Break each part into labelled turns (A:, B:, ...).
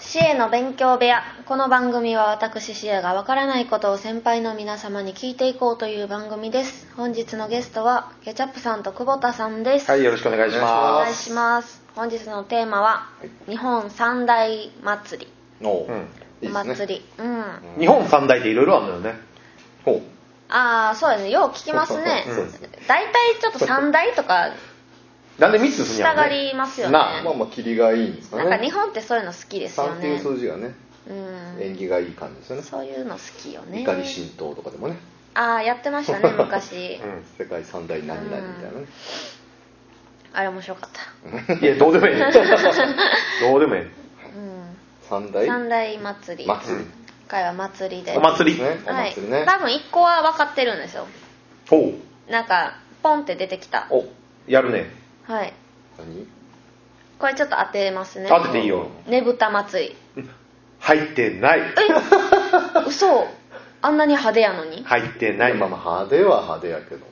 A: シエの勉強部屋。この番組は私シエがわからないことを先輩の皆様に聞いていこうという番組です。本日のゲストはケチャップさんと久保田さんです。
B: はい、よろしくお願いし
A: お
B: ま
A: 願い
B: す。
A: します。本日のテーマは日本三大祭
C: おう
B: うん
A: り。
B: いい
A: お
B: ですね
A: 祭り。うん。
C: 日本三大っていろいろあるのよね
B: ほう
A: ああ、そうですね。よう聞きますね
B: そうそうそうそう。
A: 大体ちょっと三大とか
C: なんで三つすん
A: し
C: や
A: た
C: ろ
A: が
C: ね
A: りますよね。
C: な
B: まあまあ、霧がいいんですか
A: な
B: ね。
A: んか日本ってそういうの好きですよ
B: 3ってい
A: ね
B: う。数字がね、
A: うん。
B: 縁起がいい感じですよね。
A: そういうの好きよね。
B: 怒り神道とかでもね、
A: ああやってましたね昔、
B: うん世界三大何々みたいなね。
A: あれ面白かった、
C: いやどうで もいいどうでもいい
A: うん、
B: 三大
A: 三大祭り
B: 祭り。
A: 今回は祭りで
C: お祭り
B: そうですねお
A: はい、
B: 祭りね。
A: 多分一個は分かってるんですよ
C: ほう
A: なんかポンって出てきた
C: おやるね
A: はい
B: 何
A: これちょっと当てますね
C: 当てていいよ
A: ねぶた祭り
C: 入ってない
A: 嘘あんなに派手やのに
C: 入ってない
B: まあまあ、派手は派手やけど。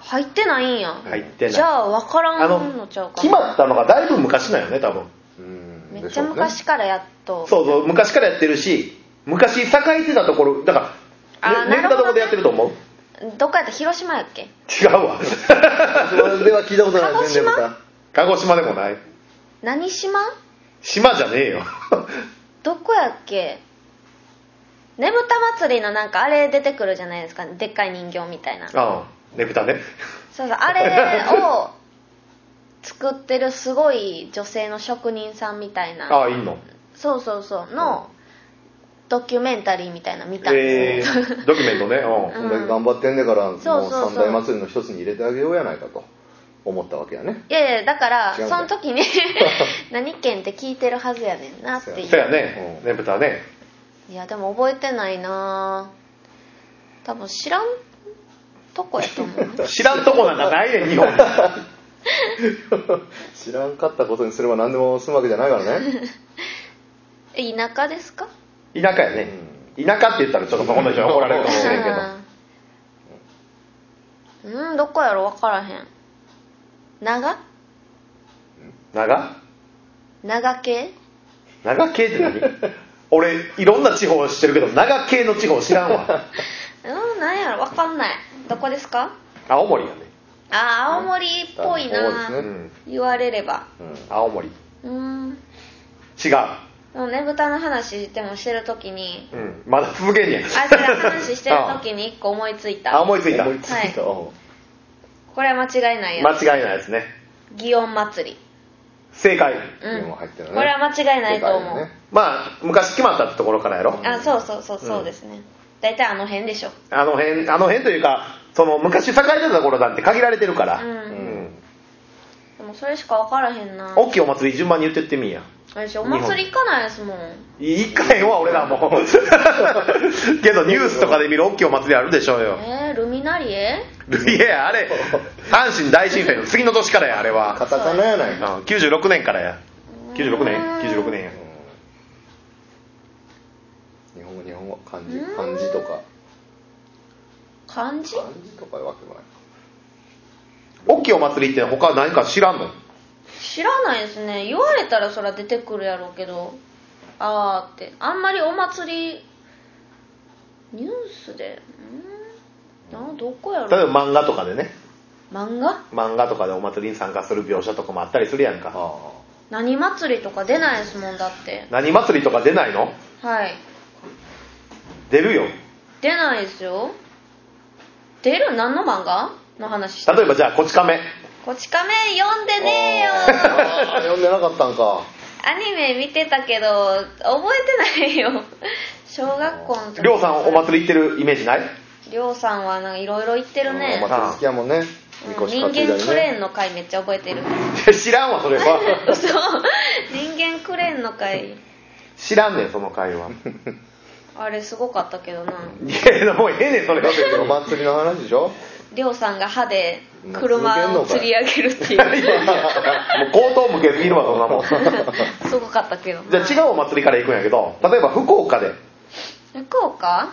A: 入ってないんや、
C: 入ってない
A: じゃあ分から
C: あ
A: んの
C: の
A: ちゃうか
C: 決まったのがだいぶ昔なんよね多分
B: うん。
A: めっ
B: で
A: ち
B: し
A: ゃ
B: ょうね
A: 昔からやっと
C: そうそう昔からやってるし昔栄えてたところだから
A: あー
C: ねね
A: なるほ
C: ぶたど
A: どね
C: こでやってると思う
A: どっかやった広島やっけ
C: 違うわ
B: それでは聞いたことないですね、
A: 鹿児島
B: ね
C: 鹿児島でもない
A: 何島
C: 島じゃねえよ
A: どこやっけねぶた祭りのなんかあれ出てくるじゃないですかでっかい人形みたいなそう
C: ああねぶたね
A: そうあれを作ってるすごい女性の職人さんみたい
C: あ
A: な
C: あいいの
A: そうそうそうのドキュメンタリーみたいなの見たん
C: え
A: ですよ、
C: ー、ドキュメントねうん
B: 豚。こんだけ頑張ってんねから、もう
A: そうそうそう
B: 三大祭りの一つに入れてあげようやないかと思ったわけやね。
A: いやいやだから
B: 違うんだ
A: その時 に何県って聞いてるはずやねんなってい
C: そう
A: う
C: やね、
B: うん
C: ねぶたね
A: いやでも覚えてないな多分知らんとこやと思う ね
C: 知らんとこなんかないね ん日本に
B: 知らんかったことにすれば何でも済むわけじゃないか らね。
A: え田舎ですか
C: 田舎やね、田舎って言ったらちょっとそこの人に怒られるかもしれんけど
A: うん、どこやろ分からへん長
C: 長
A: 長系
C: 長系って何俺いろんな地方知ってるけど長系の地方知らんわ
A: うんなんやろ分かんないどこですか
C: 青森やね、
A: あー青森っぽいな、
B: そう
C: う
B: ですね
C: ん、
A: 言われれば
B: うん
C: 青森違
A: うんで
C: う、
A: もねぶたの話でもしてる時に
C: うん、まだ続けんねや
A: あ違う話してる 時に一個思いつい
C: あ
A: た
C: 思いついた
B: 思いついた。うん
A: これは間違いないや
C: 間違いないですね
A: 祇園祭り
C: 正解
A: うん
B: でも入ってるね
A: これは間違いないと思う、
B: 世界でね
C: まあ昔決まったってところからやろ、
A: あそうそうそうそうですね、大体あの辺でしょ
C: あの辺あの辺というかその昔栄えてたところなんて限られてるから、
A: うん
C: うん
A: でもそれしか分からへんな
C: 大きいお祭り順番に言ってってみんや
A: 私お祭り行かないですもん
C: 一回は俺 らもけどニュースとかで見る大きいお祭りあるでしょうよ
A: えー、ルミナリエ
C: ルイエあれ阪神大震災の次の年からやあれ
B: カ
C: は
B: タカナやない
C: うん
B: か。
C: 96年からや96年96年や
B: 日本語日本語漢字漢字とか
A: 漢字
B: 漢字とかわけもない
C: 大きいお祭りって他何か知らんの
A: 知らないですね言われたらそら出てくるやろうけどあーってあんまりお祭りニュースでうんなどこや
C: 例え
A: ろ
C: ば漫画とかでね
A: 漫画
C: 漫画とかでお祭りに参加する描写とかもあったりするやんか
B: あ
A: 何祭りとか出ないですもんだって
C: 何祭りとか出ないの
A: はい
C: 出るよ
A: 出ないですよ出る何の漫画の話して
C: 例えばじゃあこち亀
A: こち亀読んでね
B: あ
A: えよ
B: ああ読んでなかったんか
A: アニメ見てたけど覚えてないよ 小学校の時
C: りょうさんお祭り行ってるイメージない
A: りょうさんはなんかいろいろ言ってるね
B: お祭り好きやもんねみ
A: う
B: こ
A: ん
B: し
A: 人
B: 担いだり
A: 間
B: ね
A: クレーンの回めっちゃ覚えてる
C: 知らんわそれは
A: 嘘人間クレーンの回
C: 知らんねんその会 話
A: あれすごかったけどない
C: やいやもうええねんそれ
B: だってお祭りの話でしょ
A: りょうさんが歯で車を釣り上げるってい
C: いや
A: う
C: い やもう口頭向けすぎるわそん なもんじ
A: すごかったけど
C: ゃあ違うお祭りから行くんやけど例えば福岡で
A: う福岡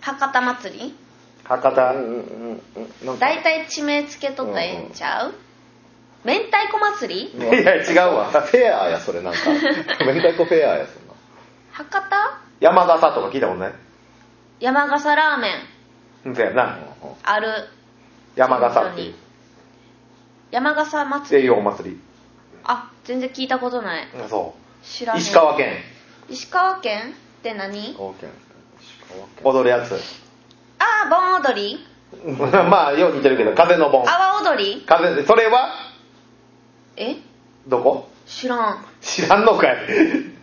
A: 博多祭り
C: 博多、
B: うんうんうんなんか
A: 大体地名つけとったらええんちゃう、明太子祭り
C: いや違うわ
B: フェアやそれなんか明太子フェアやそんな
A: 博多
C: 山笠とか聞いたことない
A: 山笠ラーメン
C: うんそうやな
A: ある
C: 山笠っていう
A: 本山笠
C: っ
A: 祭
C: て
A: り
C: いうお祭り
A: あ全然聞いたことない
C: うんそ
A: 知ら
C: う
A: ない
C: 石川県
A: 石川県って何
B: 高県石川県
C: 踊るやつ
A: ああ盆踊り
C: まあよう似てるけど風の盆
A: 阿波踊り
C: 風それは
A: え
C: どこ
A: 知らん
C: 知らんのかい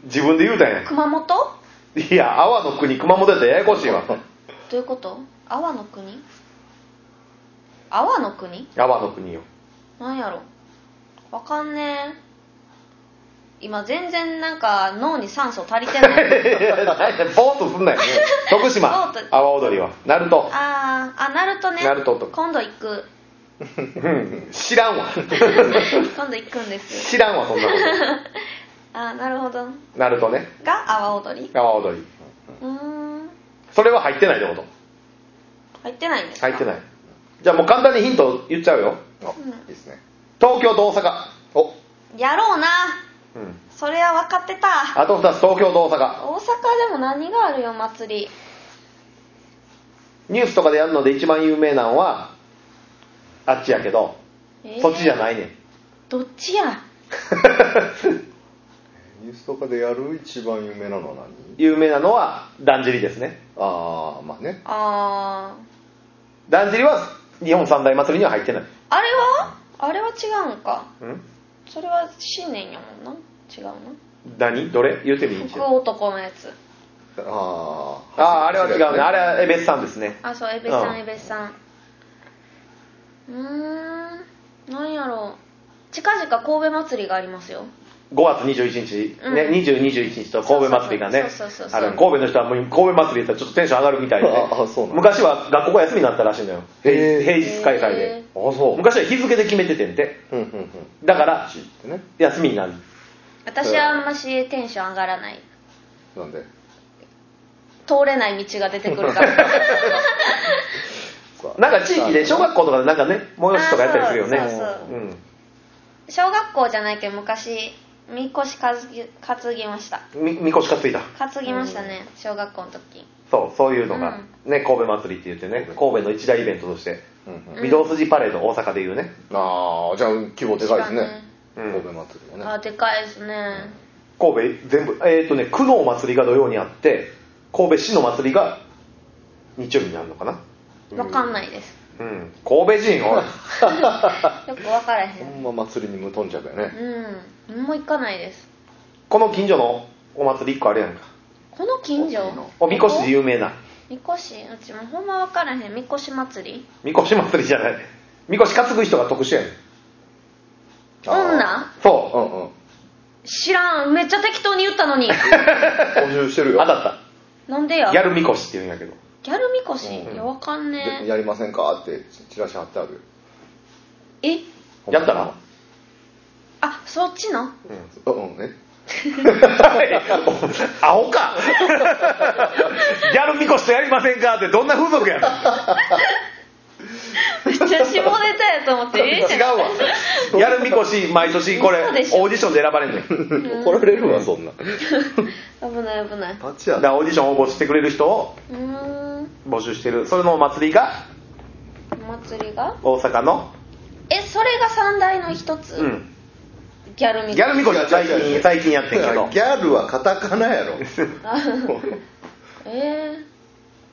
C: 自分で言うたんや
A: 熊本ど
C: いや阿波の国熊本やったらややこしいわ
A: ういうこと阿波の国阿波の国
C: 阿波の国よ
A: なんやろわかんねえ今全然なんか脳に酸素足り てない
C: ぼーっとすんなよね徳島阿
A: ぼーっと
C: 波踊りは鳴門
A: あーあナルトね
C: ナルトとか
A: 今度行 く
C: うん 知らんわ
A: 今度行くんです
C: 知らんわそんなこ
A: あーなるほど
C: と鳴門ね
A: が阿波踊り
C: 阿波踊り
A: うーん
C: それは入ってないってこ
A: 入ってないんです
C: と
A: か
C: 入ってないじゃあもう簡単にヒント言っちゃうよ
B: あ
A: うん
B: いいですね
C: 東京と大阪
B: お
A: やろうな
C: うん
A: それは分かってた
C: あと2つ東京と大阪
A: 大阪でも何があるよ祭り
C: ニュースとかでやるので一番有名なのはあっちやけど、
A: えー
C: そっちじゃないねん
A: どっちや
B: ニュースとかでやる一番有名なのは何
C: 有名なのはだんじりですね
B: ああまあね
A: あー
C: だんじりは日本三大祭りには入ってない、
A: あれはあれは違うんか
C: うん、
A: それは新年やもんな違うな
C: 何どれ言うてみいい
A: 福男のやつ
B: あ
C: あああれは違うねあ
B: れ
C: れは江別さんですね
A: あそうエベさ
C: うん
A: んエベさんうーん何やろう近々神戸祭りがありますよ
C: 5月21日、
A: うん
C: ね2021日と神戸祭りがね
A: そうそうそうそう
C: あの神戸の人はもう神戸祭りやったらちょっとテンション上がるみたいで
B: ああそうなの
C: 昔は学校が休みになったらしいのよ平
B: へえ
C: 平日開催
A: へ
C: で
B: あそう
C: 昔は日付で決めててんて
B: うんうんうん
C: だから
B: 知ってね
C: 休みになる
A: 私はあんましテンション上がらない
B: なんで
A: 通れない道が出てくるから
B: さあ
C: なんか地域で小学校とかでなんかね催しとかやったりするよね
A: あそうそう
B: そ
C: う
B: う
C: ん
A: 小学校じゃないけど昔みこし担ぎ担ぎました
C: みみこし担いだ
A: 担ぎましたね小学校の時
C: そうそういうのが、ね神戸祭りって言ってね神戸の一大イベントとして
B: うんうん
A: ん
C: 御堂筋パレード大阪でいうね
B: ああじゃあ規模でかいですね
C: 一番ね
B: 神戸祭りは
A: あ
B: ね
A: でかいですね
C: 神戸全部えっ、とね区のお祭りが土曜にあって神戸市の祭りが日曜日になるのかな
A: わかんないです
C: うん神戸 人を
A: よくわからへ
B: ほ
A: ん
B: んま祭りに無頓着やね
A: うんもう行かないです
C: この近所のお祭り1個あるやんか
A: この近所
B: 大きいの
C: おみこしで有名な
A: みこしうちもほんま分からへんみこし祭り
C: みこし祭りじゃないみこし担ぐ人が特殊やねん
A: 女
C: そう
B: うんうん
A: 知らんめっちゃ適当に言ったのに
B: 募集してるよ
C: 当たっ
A: なんで
C: た
A: や
C: ギャルみこしって言うんやけど
A: ギャルみこしい
B: うん
A: やわかん
B: で
A: ね
B: やりませんかってチラシ貼ってあるよ
A: ええ
B: ほんま
C: やったら
A: あそっちの
C: うん
B: うんうんえ
C: アホかギャルみこしとやりませんかってどんな風俗やろ
A: めっちゃ下ネタやと思ってええじ
C: 違
A: ゃ
C: うんわギャルみこし毎年これオ
A: 嘘
C: ー
A: で
C: デ
A: しょ
C: ィションで選ばれんねんだ
B: 怒られるわそ んな
A: 危ない危ない
B: パチや
C: か
B: な
C: らオーディション応募してくれる人を
A: うーん
C: 募集してるそれのお祭りが
A: お祭りが
C: 大阪の、
A: えそれが三大の一つ、
C: うん、
A: ギャルみ
C: ギ
A: こし
C: ャルみこしは最近最近やってんけど
B: ギャルはカタカナやろ
A: え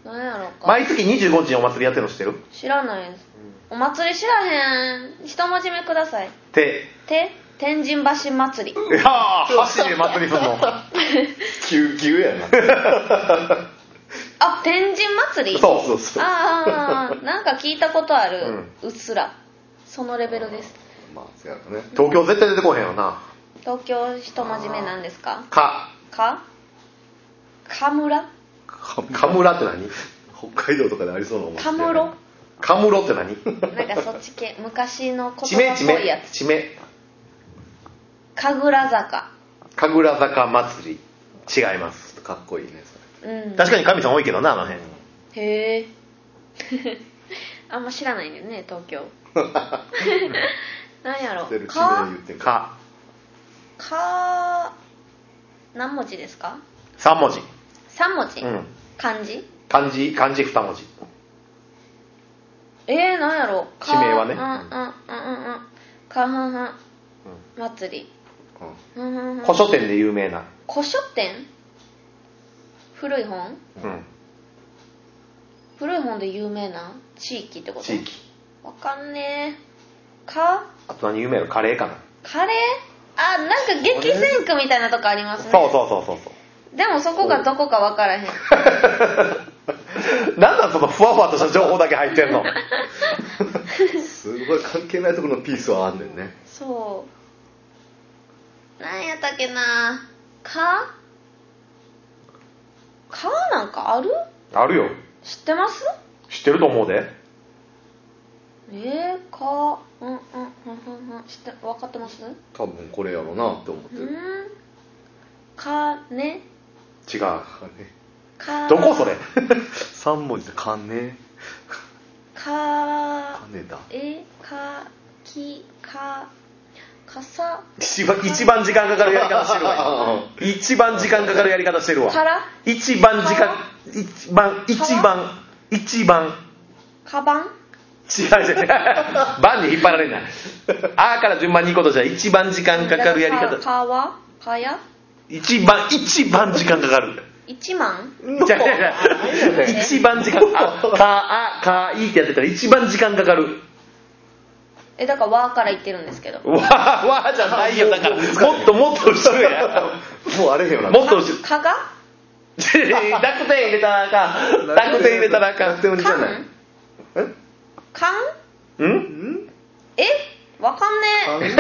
A: ー、なんやろうか、
C: 毎月25日にお祭りやってるの知ってる
A: 知らないですお祭り知らへん一文字目ください
C: て
A: て天神橋祭り
C: いやー箸で祭りす んの
B: キュウキュウやな
A: あ天神祭り
C: そう
B: そうそう
A: ああなんか聞いたことある、うっすらそのレベルです
B: まあそうやろね
C: 東京絶対出てこへんよな
A: 東京人真面目なんですか
C: か
A: かかむら
C: かむらって何
B: 北海道とかでありそうなお祭り
A: か
B: やね
A: むろ
C: かむろって何
A: なんかそっち系昔の言
C: ちめ
A: 葉っ
C: ち
A: ぽいや
C: め
A: つ
C: ちめ
A: 神楽坂
C: 神楽坂祭り違います
B: かっこいいねそ
A: うん
C: 確かに神さん多いけどなあの
B: れ
C: 辺
A: へえ あんま知らないんだよね東京なんやろ
B: 出る地名
A: か
B: 言ってんか
C: か
A: か何文字ですか
C: 3文字
A: 3文字、
C: うん
A: 漢字
C: 漢字漢字2文字
A: えー、なんやろ
C: 地名はね
A: うんうんうんうんうんかはんはん祭りふんふんふん
C: 古書店で有名な
A: 古書店古い本
C: うん
A: 古い本で有名な地域ってこと
C: 地域
A: わかんねえか
C: あと何有名やろカレーかな
A: カレーあなんか激戦区みたいなとこありますね
C: そうそうそうそうそう
A: でもそこがどこかわからへん
C: なんなんそのふわふわとした情報だけ入って んの
B: うんすごい関係ないところのピースはあんねんね
A: そうなんやったっけなかかなんかある
C: あるよ
A: 知ってます
C: 知ってると思うで
A: えー、かうんうんうんうんうん知って分かってますう
B: 多分これやろうなって思って
A: ー
B: る
A: んかね
C: 違う
B: 金
A: か
C: どこそ れ
B: 3文字で金
A: か
B: 金だ
A: えかきかかさ
C: 一番一番時間かかるやり方してるわ今一番時間かかるやり方してるわ
A: から
C: 一番時間一番一番一番
A: かばん
C: 違う違う違 う番に引っ張られないあーから順番に行こうとじゃ一番時間かかるやり
A: だか
C: 方
A: らかわかや
C: 一番一番時間か かる
A: 一万
C: じゃあ一番時間あかあかいいってやってたら一番時間かかる
A: えだからわから言ってるんですけど
C: わーわーじゃないよだからもっともっと後ろ や
B: もうあれへんよな
C: もっと後ろ
A: かが
C: 濁点入れたらあかん濁点入れたらあかん
B: 楽天じ
A: か
B: ゃない
A: ん
B: え
A: かん
C: うん
B: ん
A: えわかんねえ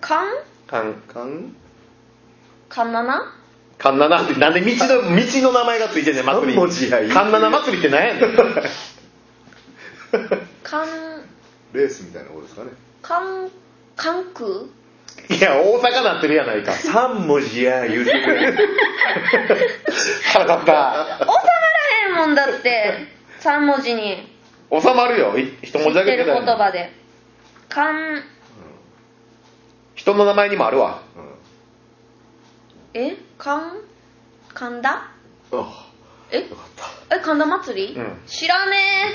A: かん
C: カン
B: かん
A: かんなな
C: カンナナってなんで道の道の名前がついてんねん祭り
B: 三文字やいい
C: カンナナ祭りって何やねん
A: かん
B: レースみたいなことですかね
A: かんかん く
C: いや大阪なってるやないか
B: 3文字や言うてくれ
C: 腹立
A: 収
C: った
A: まらへんもんだって3文字に
C: 収まるよい一
A: 知っ
C: 文字だけ
A: て
C: じゃ
A: る
C: な
A: 言
C: い
A: 葉でかん
C: 人の名前にもあるわ
B: う
A: えかん神田
B: んあ
A: え
B: よかった
A: え神田祭り、
C: うん
A: 知らね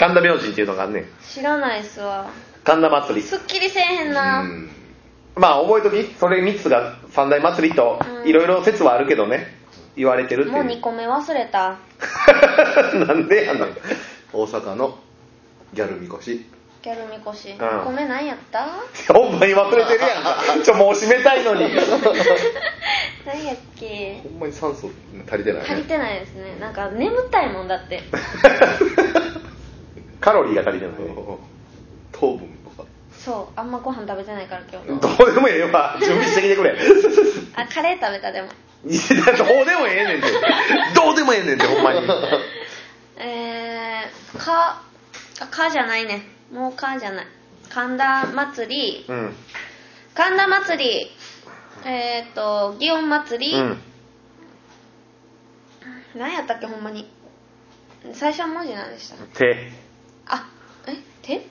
C: 神田明神っていうのがあんねん
A: え知らないっすわ
C: 神田祭り
A: すっきりせえへんな、
B: うん
C: まあ覚えときそれ3つが三大祭りと
A: うん
C: いろいろ説はあるけどね言われてるって
A: もう
C: い
A: 2
C: う
A: 個目忘れた
C: なんでやねん
B: 大阪のギャルみこし
A: ギャルみこし、
C: ん
A: 2個目何やった
C: ほんまに忘れてる やんかちょもう閉めたいのに
A: 何やっけ
B: ほんまに酸素足りてないね
A: 足りてないですねなんか眠たいもんだって
C: カロリーが足りてない
B: うん 糖分とか
A: そうあんまご飯食べてないから今日
C: どうでもええわ準備してきてくれ い
A: あカレー食べたでも
C: やどうでもええねんてどうでもええねんてほんまに
A: えー、かあかじゃないねもうかじゃない神田祭り
C: うん
A: 神田祭りえっ、ー、と祇園祭り、
C: うん
A: 何やったっけほんまに最初は文字何でした
C: 手
A: あえ手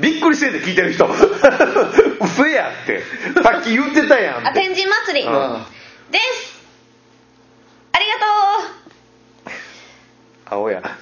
C: びっくりしてて聞いてる人 嘘やってさっき言ってたやん
A: あ
C: って
A: 天神祭り
C: うん
B: あ
A: ですありがとう
C: 青や